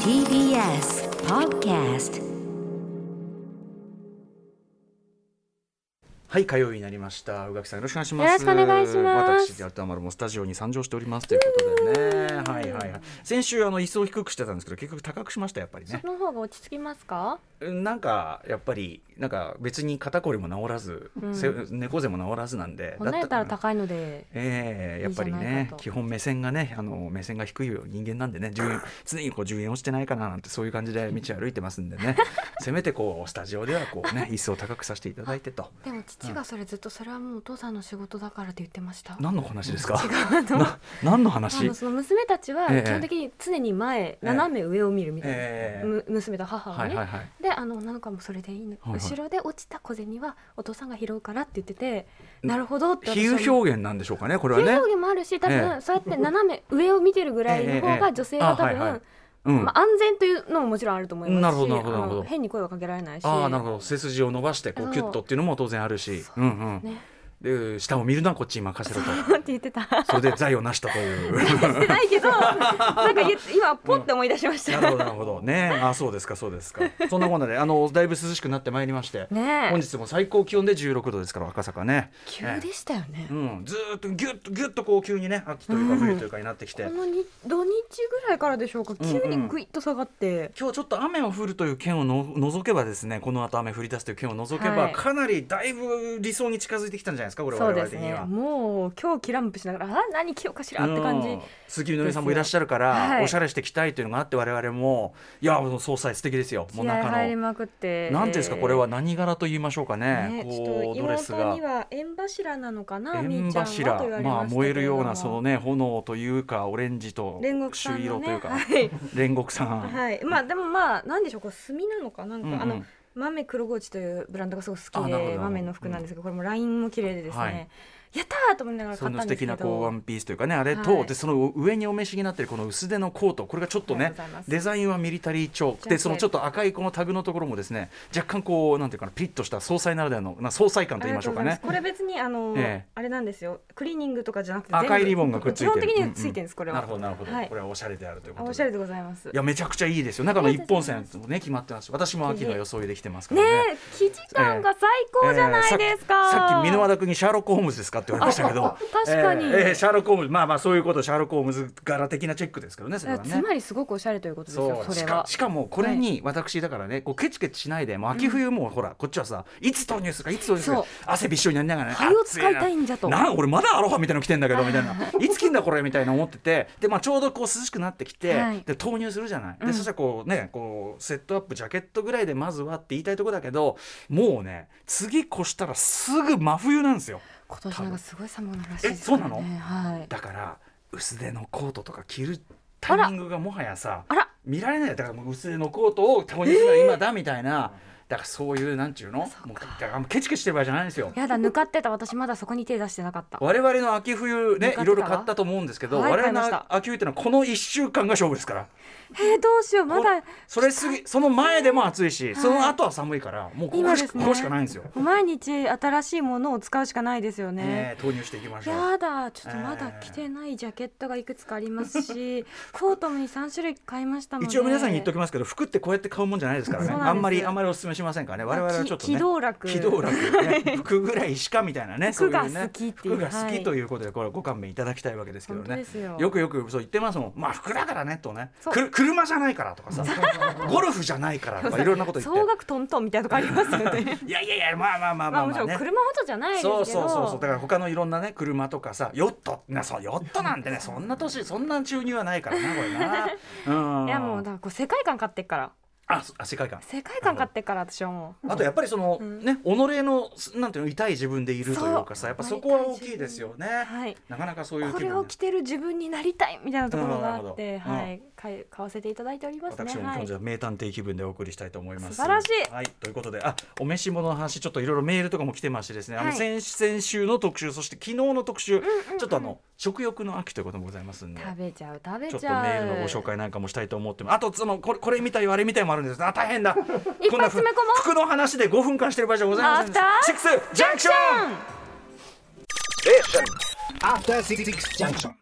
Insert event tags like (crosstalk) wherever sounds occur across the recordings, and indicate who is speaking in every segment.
Speaker 1: TBS Podcast
Speaker 2: はい火曜日になりました宇垣さんよろしくお願いします
Speaker 3: よろしくお願いします
Speaker 2: 私でアルタマルもスタジオに参上しておりますということでねはいはいはい先週あの椅子を低くしてたんですけど結局高くしましたやっぱりね
Speaker 3: その方が落ち着きますか
Speaker 2: なんかやっぱりなんか別に肩こりも治らず、
Speaker 3: うん
Speaker 2: せ猫背も治らずなんで
Speaker 3: こんなんやった
Speaker 2: だ
Speaker 3: ら
Speaker 2: った
Speaker 3: 高いので
Speaker 2: ええやっぱり
Speaker 3: いいじゃない
Speaker 2: ね
Speaker 3: かと
Speaker 2: 基本目線がねあの目線が低い人間なんでね10円常にこう10円落ちてないかななんてそういう感じで道歩いてますんで
Speaker 3: (laughs)
Speaker 2: ねせめてこうスタジオではこうね椅子を高くさせていただいてと
Speaker 3: でも父がそれずっとそれはもうお父さんの仕事だからって言ってました
Speaker 2: 何の話ですか
Speaker 3: あの (laughs)
Speaker 2: な何の
Speaker 3: あ
Speaker 2: 話
Speaker 3: のその娘たちは
Speaker 2: ええ
Speaker 3: 基本的に常に前、斜め上を見るみたいな、
Speaker 2: ええ
Speaker 3: む娘と母は
Speaker 2: は
Speaker 3: ね、
Speaker 2: いはいはい
Speaker 3: であの女の子はもうそれでいいの、
Speaker 2: はいはい
Speaker 3: 後ろで落ちた小銭はお父さんが拾うからって言っててなるほどって
Speaker 2: 比
Speaker 3: 私は
Speaker 2: 喩表現なんでしょうかねこれは
Speaker 3: 比
Speaker 2: ね
Speaker 3: 喩表現もあるし多
Speaker 2: え
Speaker 3: 分そうやって斜め上を見てるぐらいの方
Speaker 2: ええ
Speaker 3: が女性は多
Speaker 2: あはいはい
Speaker 3: 分、
Speaker 2: うん、
Speaker 3: まあ、安全というのももちろんあると思いますし
Speaker 2: なるほどなるほど
Speaker 3: あの
Speaker 2: なるほど
Speaker 3: 変に声はかけられないし
Speaker 2: ああなるほど背筋を伸ばしてこ
Speaker 3: そうう
Speaker 2: キュッとっていうのも当然あるしう
Speaker 3: そうん
Speaker 2: うん
Speaker 3: ね
Speaker 2: で下を見るなこっちに任せろと
Speaker 3: って言ってた。
Speaker 2: (laughs) それで財を成したという
Speaker 3: (laughs) してないけど、なんかゆ今ポって思い出しまし
Speaker 2: な
Speaker 3: た。
Speaker 2: るほどなるほどねあそうですかそうですかそんなこんなであのだいぶ涼しくなってまいりまして、
Speaker 3: ねえ
Speaker 2: 本日も最高気温で16度ですから赤坂ね
Speaker 3: 急でしたよね
Speaker 2: ええ。うん、ずーっとぎゅっとぎゅっとこう急にね秋というか冬というかになってきて、
Speaker 3: このに土日ぐらいからでしょうか。急にぐいっと下がって。
Speaker 2: 今日ちょっと雨を降るという県をの除けばですねこの後雨降り出すという県を除けば、
Speaker 3: はい
Speaker 2: かなりだいぶ理想に近づいてきたんじゃないですかこれ
Speaker 3: そ
Speaker 2: 我
Speaker 3: うで
Speaker 2: 々
Speaker 3: す
Speaker 2: 的に
Speaker 3: ね。
Speaker 2: は。
Speaker 3: もう今日キランプしながら、あ何着ようかしらって感じ。
Speaker 2: うん鈴木みのりさんもいらっしゃるから、
Speaker 3: ですよはい
Speaker 2: おしゃれしてきたいというのがあって我々もいやもう総裁素敵ですよもう
Speaker 3: 気合
Speaker 2: 中
Speaker 3: 入り
Speaker 2: の。
Speaker 3: まくって。
Speaker 2: なんていうんですかこれは。何柄と言いましょうかね
Speaker 3: ね、ち
Speaker 2: こ
Speaker 3: ょっと
Speaker 2: うドレス
Speaker 3: 妹
Speaker 2: が
Speaker 3: には縁柱なのかな、みー
Speaker 2: 縁
Speaker 3: ちゃんはと言わ
Speaker 2: 柱
Speaker 3: れましたけれども。
Speaker 2: まあ燃えるようなそのね炎というかオレンジと
Speaker 3: 煉獄さ
Speaker 2: 朱
Speaker 3: んの
Speaker 2: 色とい
Speaker 3: ね、
Speaker 2: うか、
Speaker 3: はい、
Speaker 2: 煉獄さん、
Speaker 3: はい、まあでもまあなんでしょうこれ墨なのかなんか、
Speaker 2: うんうん
Speaker 3: あの豆黒ゴーチというブランドがすごく好
Speaker 2: あ
Speaker 3: き
Speaker 2: なるほ
Speaker 3: で
Speaker 2: ど
Speaker 3: 豆の服なんですけど、これもラインも綺麗でですね、
Speaker 2: はい
Speaker 3: やったーと思いながら
Speaker 2: そ
Speaker 3: 買
Speaker 2: の
Speaker 3: った
Speaker 2: 素
Speaker 3: んで
Speaker 2: 敵
Speaker 3: すけ
Speaker 2: なこうワ
Speaker 3: ど
Speaker 2: ンピースというかねあれと、
Speaker 3: はい
Speaker 2: でその上にお召しになってるこの薄手のコートこれがちょっと
Speaker 3: あ
Speaker 2: ね
Speaker 3: りがとうございます
Speaker 2: デザインはミリタリー調
Speaker 3: ジャケ
Speaker 2: でそのちょっと赤いこのタグのところもですね若干こうなんていうかなピリッとした総裁ならではのな総裁感と言いましょうか
Speaker 3: ありが
Speaker 2: ね
Speaker 3: とうございますこれ別にあの、
Speaker 2: ええ
Speaker 3: あれなんですよクリーニングとかじゃなくて
Speaker 2: 赤い
Speaker 3: 全部
Speaker 2: リボンがくっついてる
Speaker 3: 基本的にはついてるんです、これは
Speaker 2: なるほどなるほど、
Speaker 3: はい
Speaker 2: これはおしゃれであるというこ
Speaker 3: あ
Speaker 2: と
Speaker 3: お
Speaker 2: で
Speaker 3: しゃれでございます
Speaker 2: いやめちゃくちゃいいですよ中の一本線もね決まってます私も秋の装いできてますからね
Speaker 3: ねえ生地感が最高じゃないですか、
Speaker 2: えーさっきさっき箕輪田君にシャーロック・ホームズですかって言われましたけど
Speaker 3: 確かに
Speaker 2: えーえーシャーロック・ホームズまあまあそういうことシャーロック・ホームズ柄的なチェックですけどねそれはね
Speaker 3: つまりすごくおしゃれということですよ
Speaker 2: そう
Speaker 3: そ
Speaker 2: し
Speaker 3: れ
Speaker 2: か
Speaker 3: は
Speaker 2: しかもこれに私だからねこうケチケチしないでもう秋冬もほらこっちはさいつ投入するかいつ投入する
Speaker 3: そ
Speaker 2: か
Speaker 3: う
Speaker 2: 汗びっしょになりながらね
Speaker 3: 灰を使いたいんじゃと
Speaker 2: 暑なな俺まだアロハみたいなの着てんだけどみたいな
Speaker 3: (laughs)
Speaker 2: いつ着んだこれみたいな思っててでまあちょうどこう涼しくなってき
Speaker 3: は
Speaker 2: て
Speaker 3: い
Speaker 2: で投入するじゃない
Speaker 3: うん
Speaker 2: でそしたらこうねこうセットアップジャケットぐらいでまずはって言いたいとこだけどもうね次越したらすぐ真冬なんですよ
Speaker 3: 今年なんかすごい寒くなるらしいです
Speaker 2: えそうなの
Speaker 3: はい
Speaker 2: だから薄手のコートとか着るタイミングがもはやさ
Speaker 3: あら
Speaker 2: 見られないよだからもう薄手のコートを投入するのは今だみたいな、だからそういうなんちゅうのもうだからもうケチケチしてる場合じゃないんですよ
Speaker 3: やだ抜かってた私まだそこに手出してなかった
Speaker 2: 我々の秋冬ね
Speaker 3: 向かってたわ
Speaker 2: いろいろ買ったと思うんですけど、
Speaker 3: は
Speaker 2: 我
Speaker 3: い
Speaker 2: 々
Speaker 3: 買いま
Speaker 2: の
Speaker 3: した
Speaker 2: 秋冬ってのはこの1週間が勝負ですから
Speaker 3: えー、どうしようまだ
Speaker 2: こそれすぎその前でも暑いし、その後は寒いからもうここ
Speaker 3: 今
Speaker 2: し,、
Speaker 3: ですね
Speaker 2: ここしかないんですよ、
Speaker 3: 毎日新しいものを使うしかないですよね。
Speaker 2: ねえ投入していきましょう
Speaker 3: やだちょっとまだ着てないジャケットがいくつかありますし、
Speaker 2: (laughs)
Speaker 3: コートもに3種類買いましたので
Speaker 2: 一応皆さんに言っておきますけど服ってこうやって買うもんじゃないですからね
Speaker 3: そうなんです
Speaker 2: あんまりあんまりお勧めしませんからね我々はちょっとね
Speaker 3: き気道楽
Speaker 2: 気道楽ね服ぐらいしかみたいなねそう
Speaker 3: (laughs) 服
Speaker 2: いうね
Speaker 3: が好きっていう
Speaker 2: 服が好
Speaker 3: は
Speaker 2: き
Speaker 3: い
Speaker 2: ということでこれはご勘弁いただきたいわけですけど
Speaker 3: 本当
Speaker 2: ね
Speaker 3: ですよ
Speaker 2: よくよくそう言ってますもんまあ服だからねとね
Speaker 3: そう
Speaker 2: くる車じゃないからとかさゴルフじゃないからとかいろんなこと言っ
Speaker 3: 総
Speaker 2: て
Speaker 3: 額トントンみたいなとこありますよ
Speaker 2: (laughs)
Speaker 3: ね
Speaker 2: いやいやいやまあまあまあま
Speaker 3: ま
Speaker 2: あ
Speaker 3: あも
Speaker 2: ま
Speaker 3: ち
Speaker 2: あ
Speaker 3: ろん
Speaker 2: ね
Speaker 3: 車ほどじゃないですけ
Speaker 2: そ
Speaker 3: ど
Speaker 2: うそうそうそうだから他のいろんなね車とかさヨットなそうヨットなんてねそんな年そんな収入はないからなこれ
Speaker 3: (laughs)
Speaker 2: なうん
Speaker 3: いやもうだからこう世界観買ってっから
Speaker 2: あそあ世界観
Speaker 3: 世界観買ってっから私はもう
Speaker 2: あとやっぱりその、
Speaker 3: うん
Speaker 2: ね己のなんていうの痛い自分でいるというか
Speaker 3: そ
Speaker 2: さ
Speaker 3: う
Speaker 2: やっぱそこは大きいですよね、
Speaker 3: はい
Speaker 2: なかなかそういう
Speaker 3: こ
Speaker 2: 気
Speaker 3: れ
Speaker 2: 分
Speaker 3: を
Speaker 2: ね
Speaker 3: 着てる自分になりたいみたいなところがあっ
Speaker 2: うんな
Speaker 3: て
Speaker 2: るほど
Speaker 3: はい買い買わせていただいておりますね
Speaker 2: 私も
Speaker 3: は
Speaker 2: 今
Speaker 3: い
Speaker 2: 日じゃあ名探偵気分でお送りしたいと思います。
Speaker 3: 素晴らしい
Speaker 2: はい、ということで、あ、お召し物の話、ちょっといろいろメールとかも来てましてですね、あ
Speaker 3: は
Speaker 2: の
Speaker 3: い
Speaker 2: 先先週の特集、そして昨日の特集、ちょっとあの食欲の秋ということもございますんで。
Speaker 3: 食べちゃう食べ
Speaker 2: ちょっ
Speaker 3: ち
Speaker 2: とメ
Speaker 3: ゃ
Speaker 2: ールの
Speaker 3: う
Speaker 2: ご紹介なんかもしたいと思ってます。あとそのこれこれみたいよあれみたいもあるんです。あ大変だ。
Speaker 3: いっ
Speaker 2: こん
Speaker 3: ぱ
Speaker 2: ない
Speaker 3: 詰め込もう
Speaker 2: 服の話で5分間してる場合じゃございませんで
Speaker 3: アフタ
Speaker 2: す。
Speaker 3: ー
Speaker 2: シックスジャンクション。
Speaker 4: After Six Junction.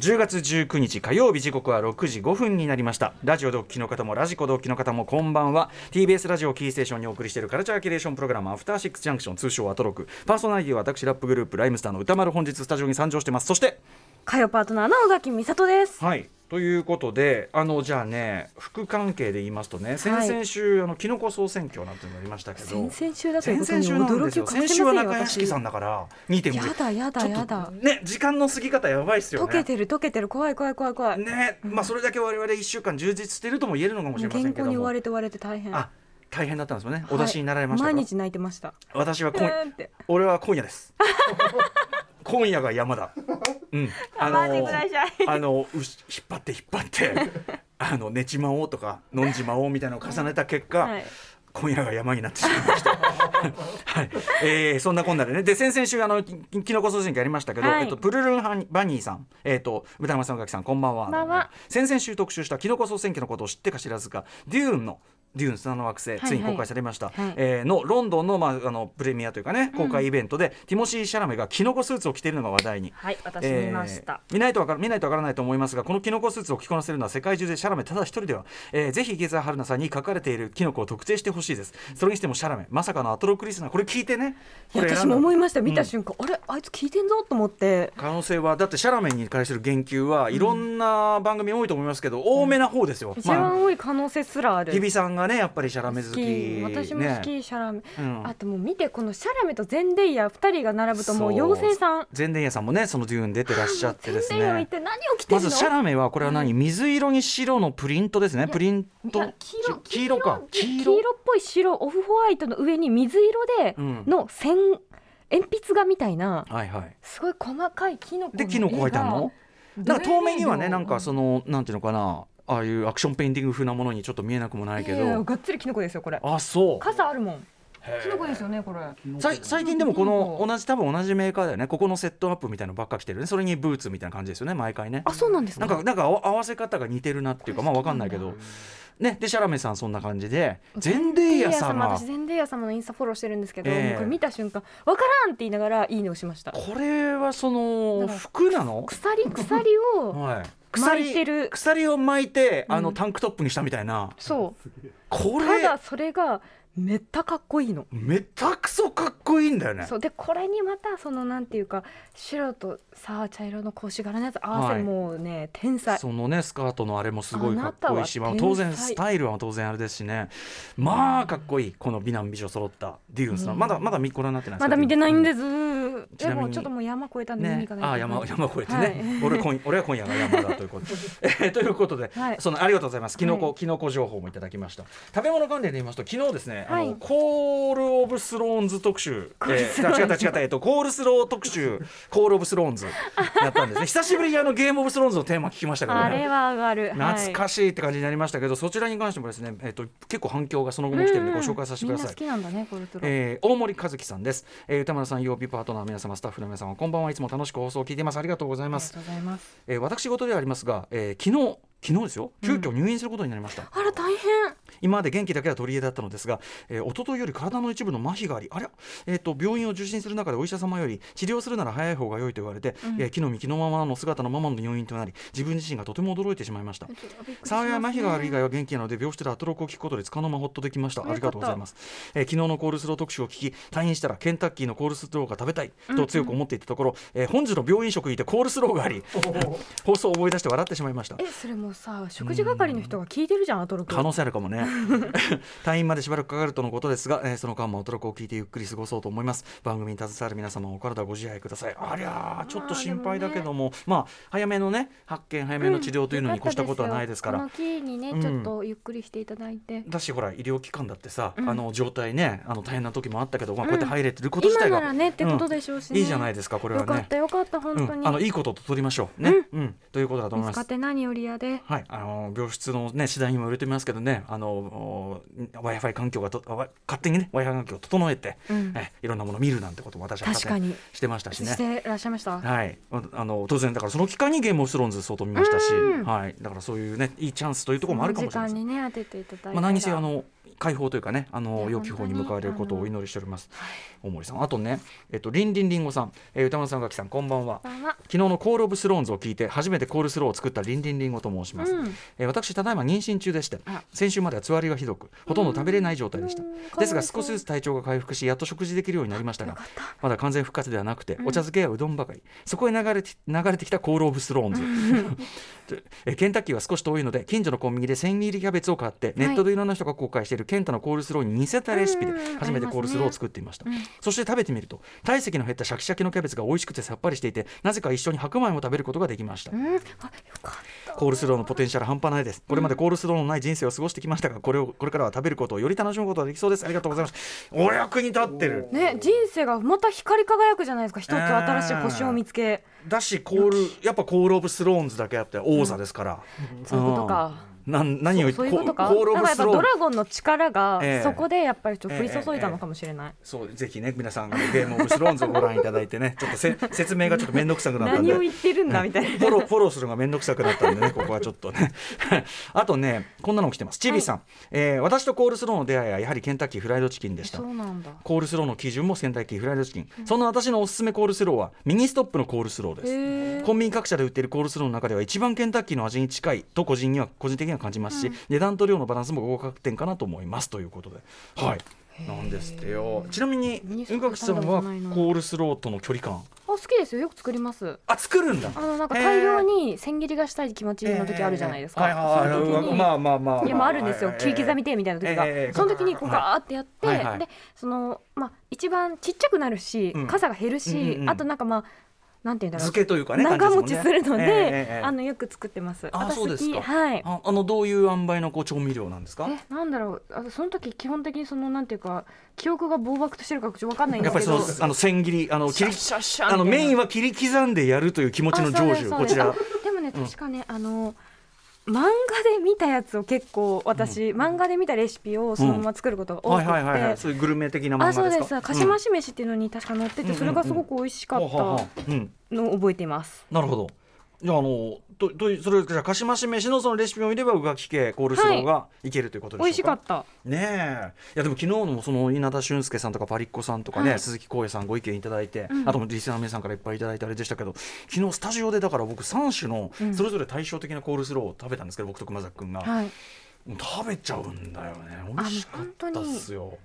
Speaker 2: 10月19日火曜日時刻は6時5分になりましたラジオ同期の方もラジコ同期の方もこんばんは TBS ラジオキーステーションにお送りしているカルチャーキュレーションプログラムアフターシックスジャンクション通称アトロクパーソナリティは私ラップグループライムスターの歌丸本日スタジオに参上してますそして
Speaker 3: 火曜パートナーの小崎美里です。
Speaker 2: はいということであのじゃあね副関係で言いますとね先々週、あのキノコ総選挙なんていうのありましたけど
Speaker 3: 先々週だという
Speaker 2: 先
Speaker 3: こと
Speaker 2: 々週なん
Speaker 3: に驚
Speaker 2: です
Speaker 3: きを
Speaker 2: よ
Speaker 3: 隠せま
Speaker 2: 先
Speaker 3: せ
Speaker 2: 週
Speaker 3: んよ
Speaker 2: は中屋敷
Speaker 3: 私。
Speaker 2: さんだから2.5
Speaker 3: やだやだやだ。
Speaker 2: ね時間の過ぎ方やばいっすよ
Speaker 3: 溶
Speaker 2: ね
Speaker 3: けてる溶けてる怖い怖い怖い怖い。
Speaker 2: ね、まあそれだけ我々一週間充実しているとも言えるのかもしれません
Speaker 3: 健
Speaker 2: け
Speaker 3: 康
Speaker 2: ど
Speaker 3: に追わ
Speaker 2: も。
Speaker 3: れて追われて大変。
Speaker 2: あ、大変だったんですよね。お出しになられましたか
Speaker 3: はい
Speaker 2: ら。
Speaker 3: 毎日泣いてました。
Speaker 2: 私は
Speaker 3: う
Speaker 2: 今、
Speaker 3: ーんって。
Speaker 2: 俺は今夜です。今夜が山だ。うん。
Speaker 3: マジぐらいじゃい
Speaker 2: あのうし引っ張って引っ張って。あの寝ちまおうとか飲んじまおうみたいなのを重ねた結果、
Speaker 3: はい。
Speaker 2: 今夜が山になってしまいました。 (laughs) はい、えーそんなこんなでね、で先々週あのききのこ総選挙やりましたけど、
Speaker 3: はい
Speaker 2: えっとプルルンハニバニーさん、えっと歌山さん、宇垣さん、こんばんは。
Speaker 3: こんばんは
Speaker 2: 先々週特集したきのこ総選挙のことを知ってか知らずか、デューンのデューン砂の惑星、
Speaker 3: はい
Speaker 2: ついに公開されました、
Speaker 3: はい
Speaker 2: えーのロンドンの,、まあ、あのプレミアというかね公開イベントで、ティモシー・シャラメがきのこスーツを着ているのが話題に、
Speaker 3: はい、私見ました。
Speaker 2: えー見ないとわから見ないとわからないと思いますがこのキノコスーツを着こなせるのは世界中でシャラメただ一人では、えーぜひ池澤春菜さんに書かれているキノコを特定してほしいですそれにしてもシャラメまさかのアトロックリスナーこれ聞いてね
Speaker 3: い
Speaker 2: こ
Speaker 3: や
Speaker 2: れ
Speaker 3: 私も思いました。見
Speaker 2: う
Speaker 3: た
Speaker 2: ん
Speaker 3: 瞬間、あれあいつ聞いてんぞと思って。
Speaker 2: 可能性はだってシャラメに対する言及はいろんな番組多いと思いますけど、多めな方ですよ、
Speaker 3: 一
Speaker 2: ま
Speaker 3: 番多い可能性すらあ
Speaker 2: あ
Speaker 3: る。
Speaker 2: 日比さんがねやっぱりシャラメ好
Speaker 3: 好
Speaker 2: き
Speaker 3: き私も好き、
Speaker 2: ね
Speaker 3: シャラメ、
Speaker 2: うん
Speaker 3: あともう見てこのシャラメとゼンデイヤ2人が並ぶともう妖精さん
Speaker 2: ゼンデンヤさんもねそのデューン出てらっしゃってです
Speaker 3: ゼンデイヤは一
Speaker 2: ね
Speaker 3: 体何を着て
Speaker 2: ま
Speaker 3: るの、
Speaker 2: ずシャラメはこれは何、水色に白のプリントですねプリン
Speaker 3: い
Speaker 2: ト
Speaker 3: や黄色
Speaker 2: ち黄色か
Speaker 3: 黄色っぽい白オフホワイトの上に水色で
Speaker 2: うん
Speaker 3: の線、鉛筆画みたいな
Speaker 2: はいはい
Speaker 3: すごい細かいキノコの
Speaker 2: で
Speaker 3: 絵が
Speaker 2: キノコ描いてあるのなんか透明にはねなんかそのなんていうのかなああいうアクションペインティング風なものにちょっと見えなくもないけ
Speaker 3: いやいや
Speaker 2: ど
Speaker 3: がっつりキノコですよこれ
Speaker 2: あそう
Speaker 3: 傘あるもん
Speaker 2: へえ
Speaker 3: キノコですよねこれ
Speaker 2: さい最近でもこ
Speaker 3: う
Speaker 2: の
Speaker 3: ん
Speaker 2: 同じ多分同じメーカーだよねここのセットアップみたいなのばっか来てるねそれにブーツみたいな感じですよね毎回ね
Speaker 3: あそうなんです
Speaker 2: な
Speaker 3: か
Speaker 2: んかなんか合わ合わせ方が似てるなっていうかまあわかんないけどねでシャラメさんそんな感じでゼンデイヤさんは
Speaker 3: 私ゼンデイヤ様のインスタフォローしてるんですけど、
Speaker 2: ええ
Speaker 3: もうこれ見た瞬間わからんって言いながらいいねをしました
Speaker 2: これはそ
Speaker 3: な
Speaker 2: の
Speaker 3: んか
Speaker 2: 服なの (laughs)
Speaker 3: 鎖鎖を
Speaker 2: はい
Speaker 3: 巻いてる
Speaker 2: 鎖鎖を巻いてあの
Speaker 3: うん
Speaker 2: タンクトップにしたみたいな
Speaker 3: そう
Speaker 2: こ
Speaker 3: た
Speaker 2: れ
Speaker 3: だそれがめっちゃかっこいいの、
Speaker 2: めたくそかっこいいんだよね
Speaker 3: そうでこれにまたそのなんていうか白とさあ茶色の格子柄のやつ合わ
Speaker 2: はい
Speaker 3: せもうね天才
Speaker 2: そのねスカートのあれもすごいかっこいいし、
Speaker 3: あ
Speaker 2: ま
Speaker 3: な
Speaker 2: あ、
Speaker 3: たは
Speaker 2: 当然
Speaker 3: 天才
Speaker 2: スタイルは当然あれですしねまあかっこいいこの美男美女揃ったデューンスの、
Speaker 3: うん
Speaker 2: まだまだ見ご覧になってないですか、
Speaker 3: まだ見てないんですす、
Speaker 2: ちな
Speaker 3: で
Speaker 2: みに
Speaker 3: もちょっともう山越えたんで見に
Speaker 2: ね
Speaker 3: 行か、ない
Speaker 2: あ
Speaker 3: と
Speaker 2: あ山山越えてね、 (laughs) 俺は今俺は今夜が山だという
Speaker 3: (laughs)
Speaker 2: ことで、えーということで、
Speaker 3: はい
Speaker 2: そのありがとうございますきのこ、
Speaker 3: は
Speaker 2: きのこ情報もいただきました食べ物関連で言いますと昨日ですね、
Speaker 3: は
Speaker 2: あ
Speaker 3: い
Speaker 2: のコール・オブ・スローンズ特集、
Speaker 3: コール
Speaker 2: え
Speaker 3: ス
Speaker 2: ー、
Speaker 3: ローンズ
Speaker 2: 違った違った、えっと、コール・スロー特集コール・オブ・スローンズやったんですね久しぶりにあのゲーム・オブ・スローンズのテーマ聞きましたけどね
Speaker 3: あれは上がる
Speaker 2: 懐かしいって感じになりましたけど、そちらに関してもですね、えっと結構反響がその後も来てるんでご紹介させてください。
Speaker 3: みんな好きなんだねコルトロ、
Speaker 2: えー大森和樹さんです、えー歌丸さん曜日パートナーの皆様スタッフの皆様こんばんはいつも楽しく放送を聞いていますありがとうござい
Speaker 3: あ
Speaker 2: ま
Speaker 3: りが
Speaker 2: す、
Speaker 3: とうございます
Speaker 2: えー私事ではありますが、えー昨日昨日ですよ急遽入院することになりました、
Speaker 3: あら大変
Speaker 2: 今まで元気だけは取り柄だったのですが、えー、一昨日より体の一部の麻痺がありあれ、えー、と病院を受診する中でお医者様より治療するなら早い方が良いと言われて、
Speaker 3: うん
Speaker 2: えー、昨日身昨のままの姿のままの入院となり自分自身がとても驚いてしまいました幸い麻痺がある以外は元気なので病室でアトロクを聞くことでつかの間ほっとできました
Speaker 3: よか
Speaker 2: あ
Speaker 3: った
Speaker 2: りがとうございます、えー昨日のコールスロー特集を聞き退院したらケンタッキーのコールスローが食べたいと強く思っていたところ、えー本日の病院食にてコールスローがあり (laughs) 放送を思い出して笑ってしまいました
Speaker 3: えそれもさ食事係の人が聞いてるじゃんアトロク
Speaker 2: 可能性あるかもね退院までしばらくかかるとのことですが、えーその間も驚くを聞いてゆっくり過ごそうと思います番組に携わる皆様お体ご自愛くださいありゃーちょっと心配だけどもまあ早めのね発見早めの治療というのに越したことはないですから、
Speaker 3: このキーにね
Speaker 2: うん
Speaker 3: ちょっとゆっくりしていただいて、
Speaker 2: だしほら医療機関だってさ、
Speaker 3: うん
Speaker 2: あの状態ねあの大変な時もあったけど、まあ、こうやって
Speaker 3: うん
Speaker 2: 入れてること自
Speaker 3: 今
Speaker 2: 体
Speaker 3: な
Speaker 2: が、
Speaker 3: らねってことでしょうしね、
Speaker 2: いいじゃない
Speaker 3: で
Speaker 2: ですかこれ
Speaker 3: よ
Speaker 2: は
Speaker 3: かっ
Speaker 2: ね
Speaker 3: た。よかった本当
Speaker 2: うん、
Speaker 3: に、
Speaker 2: あのいいことと取りましょうね、うんということだと思い
Speaker 3: 見
Speaker 2: ま
Speaker 3: つかっ
Speaker 2: す。
Speaker 3: て何よりやで
Speaker 2: はい、あの病室のね次第にも売れてますけどね、あの Wi-Fi 環境がとわ勝手にね Wi-Fi 環境を整えて、
Speaker 3: うん
Speaker 2: えいろんなものを見るなんてことも私は
Speaker 3: 確かに
Speaker 2: してましたしね
Speaker 3: し。てらっしゃいました、
Speaker 2: はい、ああの当然だからその期間にゲームオブスローンズ相当見ましたし
Speaker 3: う、ん
Speaker 2: はい、だからそういうねいいチャンスというところもあるかもしれません
Speaker 3: 時間にね当てていただいたら
Speaker 2: まあ、何せあの解放というかね、あ
Speaker 3: い
Speaker 2: の
Speaker 3: や
Speaker 2: 良き方に向かわれることをお祈りしております
Speaker 3: はい。
Speaker 2: 大森さん、あとね、えっとリンリンリンゴさん、えー歌丸さん、がきさん、こんばんは。
Speaker 3: ばんは。
Speaker 2: 昨日のコールオブスローンズを聞いて初めてコールスローを作ったリンリンリンゴと申します、
Speaker 3: うん
Speaker 2: えー私ただいま妊娠中でして
Speaker 3: あら
Speaker 2: 先週まではつわりがひどくほとんど食べれない状態でした
Speaker 3: うんうん
Speaker 2: ですが
Speaker 3: かわ
Speaker 2: 少
Speaker 3: い
Speaker 2: し
Speaker 3: そう
Speaker 2: ずつ体調が回復しやっと食事できるようになりましたが
Speaker 3: かった
Speaker 2: まだ完全復活ではなくて、
Speaker 3: ん
Speaker 2: お茶漬けやうどんばかりそこへ流れて流れてきたコール・オブ・スローンズで (laughs) えケンタッキーは少し遠いので近所のコンビニで千切りキャベツを買ってネットでいろんな人が公開しているケンタのコールスローに似せたレシピで
Speaker 3: うんうんうん
Speaker 2: 初めてコールスローを作ってみました、そして食べてみると体積の減ったシャキシャキのキャベツが美味しくてさっぱりしていてなぜか一緒に白米も食べることができました、
Speaker 3: うん、あよかった。
Speaker 2: コールスローのポテンシャル半端ないです。これまでコールスローのない人生を過ごしてきましたが、これをこれからは食べることをより楽しむことができそうです。ありがとうございます。お役に立ってる。
Speaker 3: ね、人生がまた光り輝くじゃないですか。一つ新しい星を見つけ。
Speaker 2: だし、コール、やっぱコールオブスローンズだけあって王座ですから。
Speaker 3: そういうことか。
Speaker 2: うん。なん何を言って
Speaker 3: そういうことか。
Speaker 2: コールオ
Speaker 3: なん
Speaker 2: ブ
Speaker 3: かやっ
Speaker 2: ス
Speaker 3: ぱ
Speaker 2: ロー
Speaker 3: ド
Speaker 2: ンズ。
Speaker 3: ラゴンの力が
Speaker 2: ええ
Speaker 3: そこでやっぱりちょっと降り注いだのかもしれない。
Speaker 2: そうぜひね皆さんあのゲームオブスローンズをご覧いただいてねちょっとせ (laughs) 説明がちょっと面倒くさくなったんで
Speaker 3: 何を言ってるんだみたいな。
Speaker 2: フォローフォローするのが面倒くさくなったんでね、ここはちょっとね。 (laughs) あとね、こんなのも来てます。チビさん、えー私とコールスローの出会いはやはりケンタッキーフライドチキンでした
Speaker 3: (laughs) そ。うなんだ。
Speaker 2: コールスローの基準もケンタッキーフライドチキン、そんな私のおすすめコールスローはミニストップのコールスローです。
Speaker 3: へえ。
Speaker 2: コンビニ各社で売っているコールスローの中では一番ケンタッキーの味に近いと個人には個人的には感じますし、値段と量のバランスも合格点かなと思いますということで、はい、なんですってよ。ちなみに
Speaker 3: ミニスト
Speaker 2: うん
Speaker 3: ップ
Speaker 2: かくさんはコールスローとの距離感、
Speaker 3: あ好きですよ。よく作ります。
Speaker 2: あ作るんだ。
Speaker 3: あのなんか
Speaker 2: へえ
Speaker 3: 大量に千切りがしたい気持ちの時あるじゃないですか。
Speaker 2: えーはいはい
Speaker 3: その時
Speaker 2: はい
Speaker 3: に
Speaker 2: まあまあまあまあ。
Speaker 3: いやまああるんですよ
Speaker 2: はいはい
Speaker 3: 切り刻みてみたいな時が、
Speaker 2: ええ
Speaker 3: その時にこう
Speaker 2: はい
Speaker 3: ガーってやって、
Speaker 2: はいはい
Speaker 3: でそのまあ一番ちっちゃくなるし、
Speaker 2: うん
Speaker 3: 傘が減るし、
Speaker 2: うんうん
Speaker 3: あとなんかまあなんていうんだろう
Speaker 2: 漬けというかね。
Speaker 3: 長持
Speaker 2: 感じ
Speaker 3: ち
Speaker 2: ですもんね
Speaker 3: るので、
Speaker 2: ええええ
Speaker 3: あのよく作ってます。
Speaker 2: あ
Speaker 3: 私
Speaker 2: そうですか
Speaker 3: はい。
Speaker 2: ああのどういう塩梅のこう調味料なんですか。
Speaker 3: えなんだろうあその時基本的にそのなんていうか記憶が暴漠としてるからちょっとわかんないんで
Speaker 2: やっ
Speaker 3: す
Speaker 2: ぱり
Speaker 3: け
Speaker 2: そ
Speaker 3: ど
Speaker 2: のあの千切りあの切り
Speaker 3: シャッシャッシャッ
Speaker 2: あの
Speaker 3: みた
Speaker 2: メ
Speaker 3: いな
Speaker 2: インは切り刻んでやるという気持ちの成
Speaker 3: あそうで
Speaker 2: 就
Speaker 3: すそう
Speaker 2: こ
Speaker 3: です
Speaker 2: ちら
Speaker 3: あでもね確かね、あの漫画で見たやつを結構私、漫画で見たレシピをそのまま作ることが多
Speaker 2: は
Speaker 3: く
Speaker 2: い
Speaker 3: て、
Speaker 2: はいはいはいそういうグルメ的なもの
Speaker 3: あ
Speaker 2: ですか
Speaker 3: そうです鹿島市飯っていうのに確か載ってて、
Speaker 2: うん
Speaker 3: それがすごく美味しか
Speaker 2: うん
Speaker 3: った
Speaker 2: はははうん
Speaker 3: のを覚えています、
Speaker 2: なるほどじゃああのととそれじゃあ鹿島市飯のそのレシピを見ればうがき系コールスローがいけるということでしょうか
Speaker 3: 美味しかった
Speaker 2: ねえいやでも昨日のその稲田俊介さんとかパリッコさんとかね、
Speaker 3: はい
Speaker 2: 鈴木光栄さんご意見いただいて、
Speaker 3: うん
Speaker 2: あともリスナーの皆さんからいっぱいいただいてあれでしたけど昨日スタジオでだから僕3種の
Speaker 3: うん
Speaker 2: それぞれ対照的なコールスローを食べたんですけど、僕と熊崎君が、
Speaker 3: はい
Speaker 2: もう食べちゃうんだよね美味しかったっすよ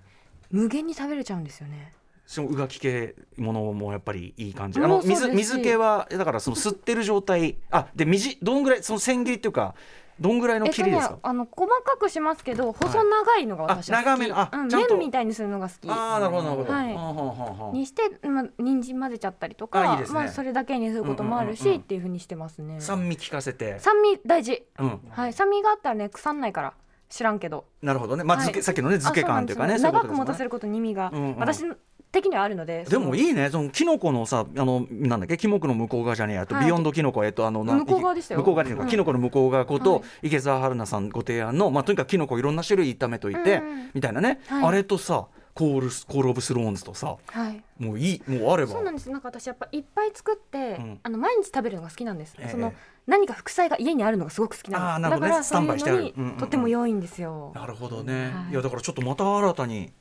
Speaker 3: 無限に食べれちゃうんですよね
Speaker 2: しかもうがき系ものもやっぱりいい感じあ
Speaker 3: もう
Speaker 2: の
Speaker 3: そうです
Speaker 2: 水
Speaker 3: し
Speaker 2: 水系はだからその吸ってる状態あでみじどんぐらいその千切りっていうかどんぐらいの
Speaker 3: えっ
Speaker 2: 切
Speaker 3: と
Speaker 2: り
Speaker 3: ね
Speaker 2: ですか、
Speaker 3: あの細かくしますけど細長いのが私は好き、
Speaker 2: あ長めのあ
Speaker 3: うん、
Speaker 2: ちゃんと
Speaker 3: 麺みたいにするのが好き
Speaker 2: ああなるほどなるほど、
Speaker 3: はい
Speaker 2: はあはあはあはあ
Speaker 3: にして、まあ、人参混ぜちゃったりと
Speaker 2: あ
Speaker 3: か
Speaker 2: いいですね
Speaker 3: まあ、それだけにすることもあるし、
Speaker 2: うんうんうんうん
Speaker 3: っていうふうにしてますね酸
Speaker 2: 酸味効かせて、
Speaker 3: 味大事、
Speaker 2: うん、
Speaker 3: はい、酸味があったらね腐んないから知らんけど
Speaker 2: なるほどね、まあ
Speaker 3: はい
Speaker 2: 漬けさっきのね漬け感というかね
Speaker 3: あ
Speaker 2: そ
Speaker 3: そう
Speaker 2: いう
Speaker 3: うな
Speaker 2: こ
Speaker 3: ん
Speaker 2: とで
Speaker 3: ですよ長く
Speaker 2: すも
Speaker 3: 持
Speaker 2: んね
Speaker 3: たせることに意味が、
Speaker 2: うんうん
Speaker 3: 私的にはあるので
Speaker 2: でも
Speaker 3: い
Speaker 2: いいねそのキノコのさあのなんだっけキモクの向こう側じゃねえやと、
Speaker 3: はい
Speaker 2: ビヨンドキノコえっとあのな
Speaker 3: 向こう側でしたよ
Speaker 2: 向こう側っていうか、
Speaker 3: うん
Speaker 2: キノコの向こう側こと、
Speaker 3: はい
Speaker 2: 池澤春菜さんご提案のまあとにかくキノコいろんな種類炒めといて、
Speaker 3: うんうん
Speaker 2: みたいなね、
Speaker 3: はい
Speaker 2: あれとさコールスコールオブスローンズとさ
Speaker 3: はい
Speaker 2: もういいもうあれば
Speaker 3: そうなんですなんか私やっぱいっぱい作って、
Speaker 2: うん
Speaker 3: あの毎日食べるのが好きなんです、
Speaker 2: ええ
Speaker 3: その何か副菜が家にあるのがすごく好き
Speaker 2: あーな
Speaker 3: なの
Speaker 2: るほど
Speaker 3: だか
Speaker 2: ね
Speaker 3: らそういう
Speaker 2: スタンバイしてあ
Speaker 3: の
Speaker 2: るうんうんうん
Speaker 3: にとっても良いんですよ、
Speaker 2: なるほどね、
Speaker 3: はい
Speaker 2: い、やだからちょっとまた新たに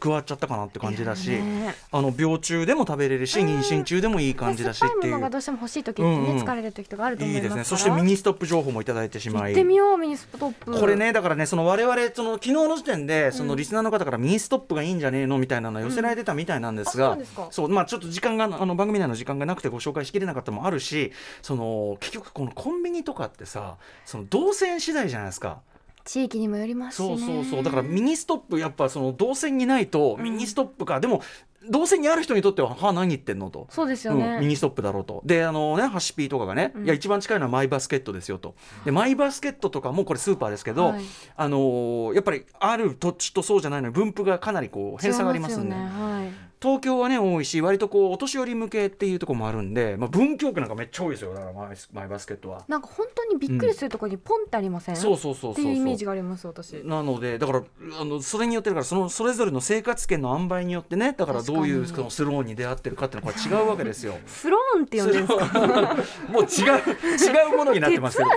Speaker 2: 加わっちゃったかなって感じだし、
Speaker 3: ね
Speaker 2: あの病中でも食べれるし妊娠中でもいい感じだし
Speaker 3: 酸っ
Speaker 2: っ
Speaker 3: ぱ
Speaker 2: て
Speaker 3: い
Speaker 2: い
Speaker 3: ものが
Speaker 2: う
Speaker 3: どうしても欲しい時ってね、
Speaker 2: うんうん
Speaker 3: 疲れる時とかあると思い
Speaker 2: いい
Speaker 3: ます
Speaker 2: で
Speaker 3: か
Speaker 2: す
Speaker 3: ら
Speaker 2: ねそしてミニストップ情報もいただいてしま
Speaker 3: 行
Speaker 2: い
Speaker 3: ってみようミニストップ
Speaker 2: これねだからねその我々その昨日の時点でその
Speaker 3: うん
Speaker 2: リスナーの方からミニストップがいいんじゃねえのみたいなの寄せられてたみたいなんですが、
Speaker 3: うんあそうなんですか
Speaker 2: そうまあちょっと時間があの番組内の時間がなくてご紹介しきれなかったのもあるしその結局このコンビニとかってさその動線次第じゃないですか
Speaker 3: 地域にもよりますし
Speaker 2: そ
Speaker 3: ね
Speaker 2: うそうそうだからミニストップやっぱその動線にないとミニストップか、でも動線にある人にとってははあ何言ってんのと
Speaker 3: そうですよ
Speaker 2: うん、ミ
Speaker 3: ね、
Speaker 2: ニストップだろうとであのねハシピーとかがね、
Speaker 3: うん
Speaker 2: いや一番近いのはマイバスケットですよとでマイバスケットとかもこれスーパーですけど、
Speaker 3: はい
Speaker 2: あのーやっぱりある土地とそうじゃないのに分布がかなりこう偏差がありますんで
Speaker 3: 違いよねはい
Speaker 2: 東京はね多いし割とこうお年寄り向けっていうところもあるんで、まあ、文京区なんかめっちゃ多いですよだからマイマイバスケットは。
Speaker 3: なんか本当にびっくりするところにポンってありません、
Speaker 2: そうそうそう
Speaker 3: って
Speaker 2: そうそ
Speaker 3: いううイメージがあります私
Speaker 2: なのでだからあのそれによってだからそのそれぞれの生活圏の塩梅によってねだからどういう
Speaker 3: 確
Speaker 2: そ
Speaker 3: かに
Speaker 2: のスローに出会ってるかっていうのはこれ違うわけですよ。
Speaker 3: スローンってって呼んでるんですか。
Speaker 2: (laughs) もう違う違うものになって
Speaker 3: (laughs)
Speaker 2: ますけど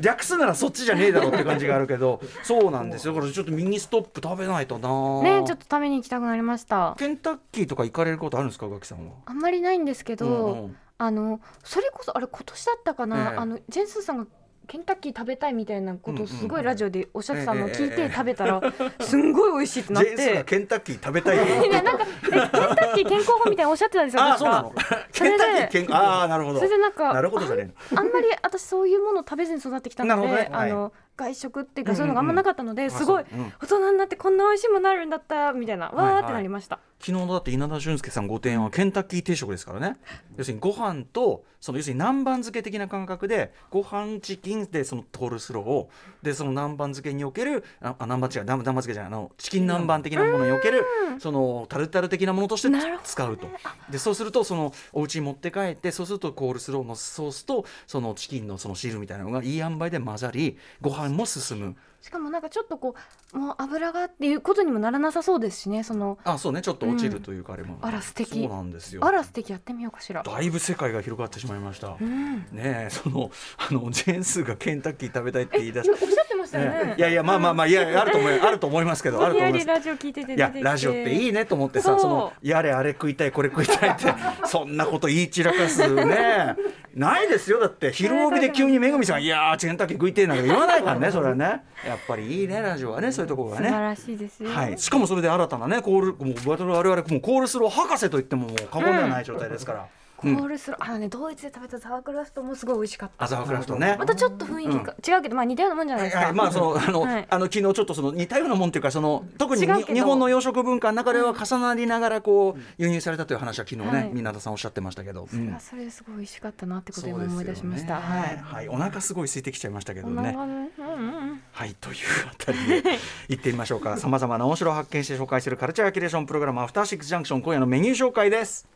Speaker 2: 略すならそっちじゃねえだろって感じがあるけどそうなんですよだからちょっとミニストップ食べないとな
Speaker 3: ね、ちょっと食べに行きたくなりました。
Speaker 2: ケンタッキーとか行かれることあるんですかガキさんは
Speaker 3: あんまりないんですけど、
Speaker 2: うんうん
Speaker 3: あのそれこそあれ今年だったかな、
Speaker 2: ええ
Speaker 3: あのジェンスーさんがケンタッキー食べたいみたいなことをす
Speaker 2: うんうん
Speaker 3: ご
Speaker 2: う
Speaker 3: い
Speaker 2: ん
Speaker 3: ラジオでおっしゃってたのを聞い
Speaker 2: ええええ
Speaker 3: て食べたら、すんごい美味しいってなっ
Speaker 2: ジェイスが
Speaker 3: て。
Speaker 2: ケンタッキー食べたいよ
Speaker 3: (laughs) いやなんかえケンタッキー健康法みたいなのおっしゃってたんですよ。
Speaker 2: ああ
Speaker 3: 確
Speaker 2: そうな
Speaker 3: か
Speaker 2: の
Speaker 3: そ
Speaker 2: (laughs) ケ
Speaker 3: れ
Speaker 2: ン
Speaker 3: で
Speaker 2: タッキー健ああなるほど
Speaker 3: それでなんか
Speaker 2: なるほどじゃね
Speaker 3: あんまり私そういうものを食べずに育ってきたの
Speaker 2: な
Speaker 3: で、
Speaker 2: るほどねはい
Speaker 3: あの外食っていうかそういうのがあんまなかったので、
Speaker 2: えの
Speaker 3: すごい
Speaker 2: あそううん
Speaker 3: 大人になってこんな美味しいものあるんだったみたいな
Speaker 2: はいは
Speaker 3: わ
Speaker 2: い
Speaker 3: ーってなりました。
Speaker 2: 昨日のだって稲田俊介さんご提案はケンタッキー定食ですからね要するにご飯とその要するに南蛮漬け的な感覚でご飯チキンでそのトールスローをでその南蛮漬けにおけるああ南蛮違う南南蛮漬けじゃないあのチキン南蛮的なものにおけるそのタルタル的なものとして
Speaker 3: なるほどね
Speaker 2: 使うと、でそうするとそのお家に持って帰ってそうするとコールスローのソースとそのチキンのその汁みたいなのがいい塩梅で混ざりご飯も進む
Speaker 3: しかもなんかちょっとこうもう油がっていうことにもならなさそうですしねその
Speaker 2: あそうねちょっと落ちるというかあれも、
Speaker 3: あら素敵
Speaker 2: そうなんですよ
Speaker 3: あら素敵やってみようかしら。
Speaker 2: だいぶ世界が広がってしまいました。
Speaker 3: うん。
Speaker 2: ねえそのあのジェーンスーがケンタッキー食べたいって言い出
Speaker 3: お
Speaker 2: し、
Speaker 3: っしゃってましたたよね
Speaker 2: ね。、いやいやまあまあまあいやいやあると
Speaker 3: (laughs)
Speaker 2: 思いあると思いますけどある
Speaker 3: 無理
Speaker 2: と思
Speaker 3: や
Speaker 2: いま
Speaker 3: り
Speaker 2: す。
Speaker 3: ラジオ聞いてて出てきて
Speaker 2: いやラジオっていいねと思ってさ
Speaker 3: そう
Speaker 2: そのやれあれ食いたいこれ食いたいって (laughs) そんなこと言い散らかすねないですよだって昼帯で急にめぐみさんが「いやーケンタッキー食いてえな」とか言わないからねそれはねやっぱりいいねラジオはねそういうところが
Speaker 3: 素
Speaker 2: ね。
Speaker 3: 晴らしいですよ。
Speaker 2: はい、しかもそれで新たなねコールもう我々我々もうコールスロー博士と言ってももう過言ではない状態ですから、
Speaker 3: コールスロー、あのねドイツで食べたザワークラフトもすごい美味しかった。
Speaker 2: アザワクラフトね
Speaker 3: またちょっと雰囲気が、違うけどまあ似たようなもんじゃないですか。
Speaker 2: はい、まあそのあの、
Speaker 3: はい
Speaker 2: あの昨日ちょっとその似たようなもんっていうかその特に
Speaker 3: 違
Speaker 2: に
Speaker 3: うけど
Speaker 2: 日本の洋食文化の中では重なりながらこう輸入されたという話は昨日ね、
Speaker 3: はい
Speaker 2: 皆田さんおっしゃってましたけど、うん
Speaker 3: あそれすごい美味しかったなってことを
Speaker 2: そう
Speaker 3: 今
Speaker 2: ですよ
Speaker 3: 思い出しました。
Speaker 2: ね
Speaker 3: はい。
Speaker 2: はい、お腹すごい空いてきちゃいましたけど
Speaker 3: お
Speaker 2: ね
Speaker 3: 腹ねうんうんうん
Speaker 2: はいというあたり
Speaker 3: (laughs)
Speaker 2: で行ってみましょうかさまざまな面白を発見して紹介するカルチャーキュレーションプログラム「アフターシックスジャンクション」今夜のメニュー紹介です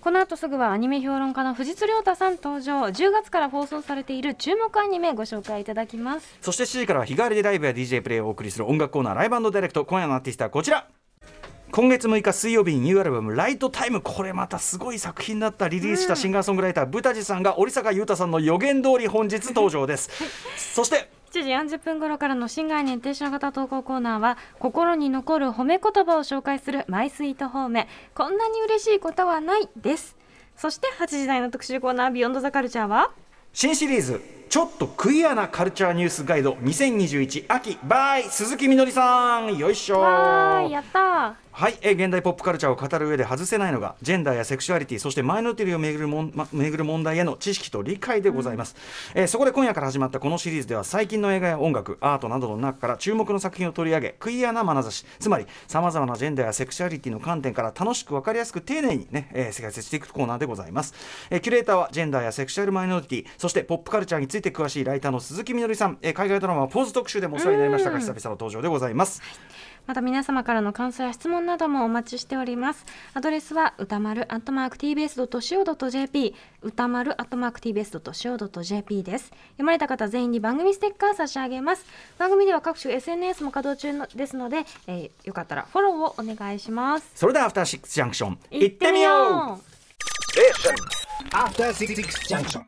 Speaker 3: この後すぐはアニメ評論家の藤津亮太さん登場。10月から放送されている注目アニメご紹介いただきます。
Speaker 2: そして7時からは日替わりでライブや DJ プレイをお送りする音楽コーナーライブディレクト今夜のアーティストはこちら今月6日水曜日にニューアルバム「ライトタイム」これまたすごい作品だったリリースしたシンガーソングライターブタジさんが織坂優太さんの予言通り本日登場ですそして
Speaker 3: 7時40分頃からの新概念停止の型投稿コーナーは心に残る褒め言葉を紹介するマイスイート褒めこんなに嬉しいことはないですそして8時台の特集コーナービヨンドザカルチャーは
Speaker 2: 新シリーズ「ちょっとクイアなカルチャーニュースガイド2021秋 by 鈴木みのりさん」よいしょ
Speaker 3: わーいやったー
Speaker 2: はい、えー現代ポップカルチャーを語る上で外せないのがジェンダーやセクシュアリティそしてマイノリティをめぐるもん、ま、めぐる問題への知識と理解でございます、えーそこで今夜から始まったこのシリーズでは最近の映画や音楽アートなどの中から注目の作品を取り上げクイアな眼差しつまりさまざまなジェンダーやセクシュアリティの観点から楽しく分かりやすく丁寧にね、えー、解説していくコーナーでございます、えーキュレーターはジェンダーやセクシュアルマイノリティそしてポップカルチャーについて詳しいライターの鈴木みのりさん、えー海外ドラマはポーズ特集でもお世話になりましたが久々の登場でございます
Speaker 3: また皆様からの感想や質問などもお待ちしております。アドレスは歌丸アットマーク tbs.co.jp 歌丸アットマーク tbs.co.jp です。読まれた方全員に番組ステッカー差し上げます。番組では各種 SNS も稼働中のですので、えーよかったらフォローをお願いします。
Speaker 2: それではアフターシックスジャンクション
Speaker 3: 行ってみよう
Speaker 1: After Six Junction.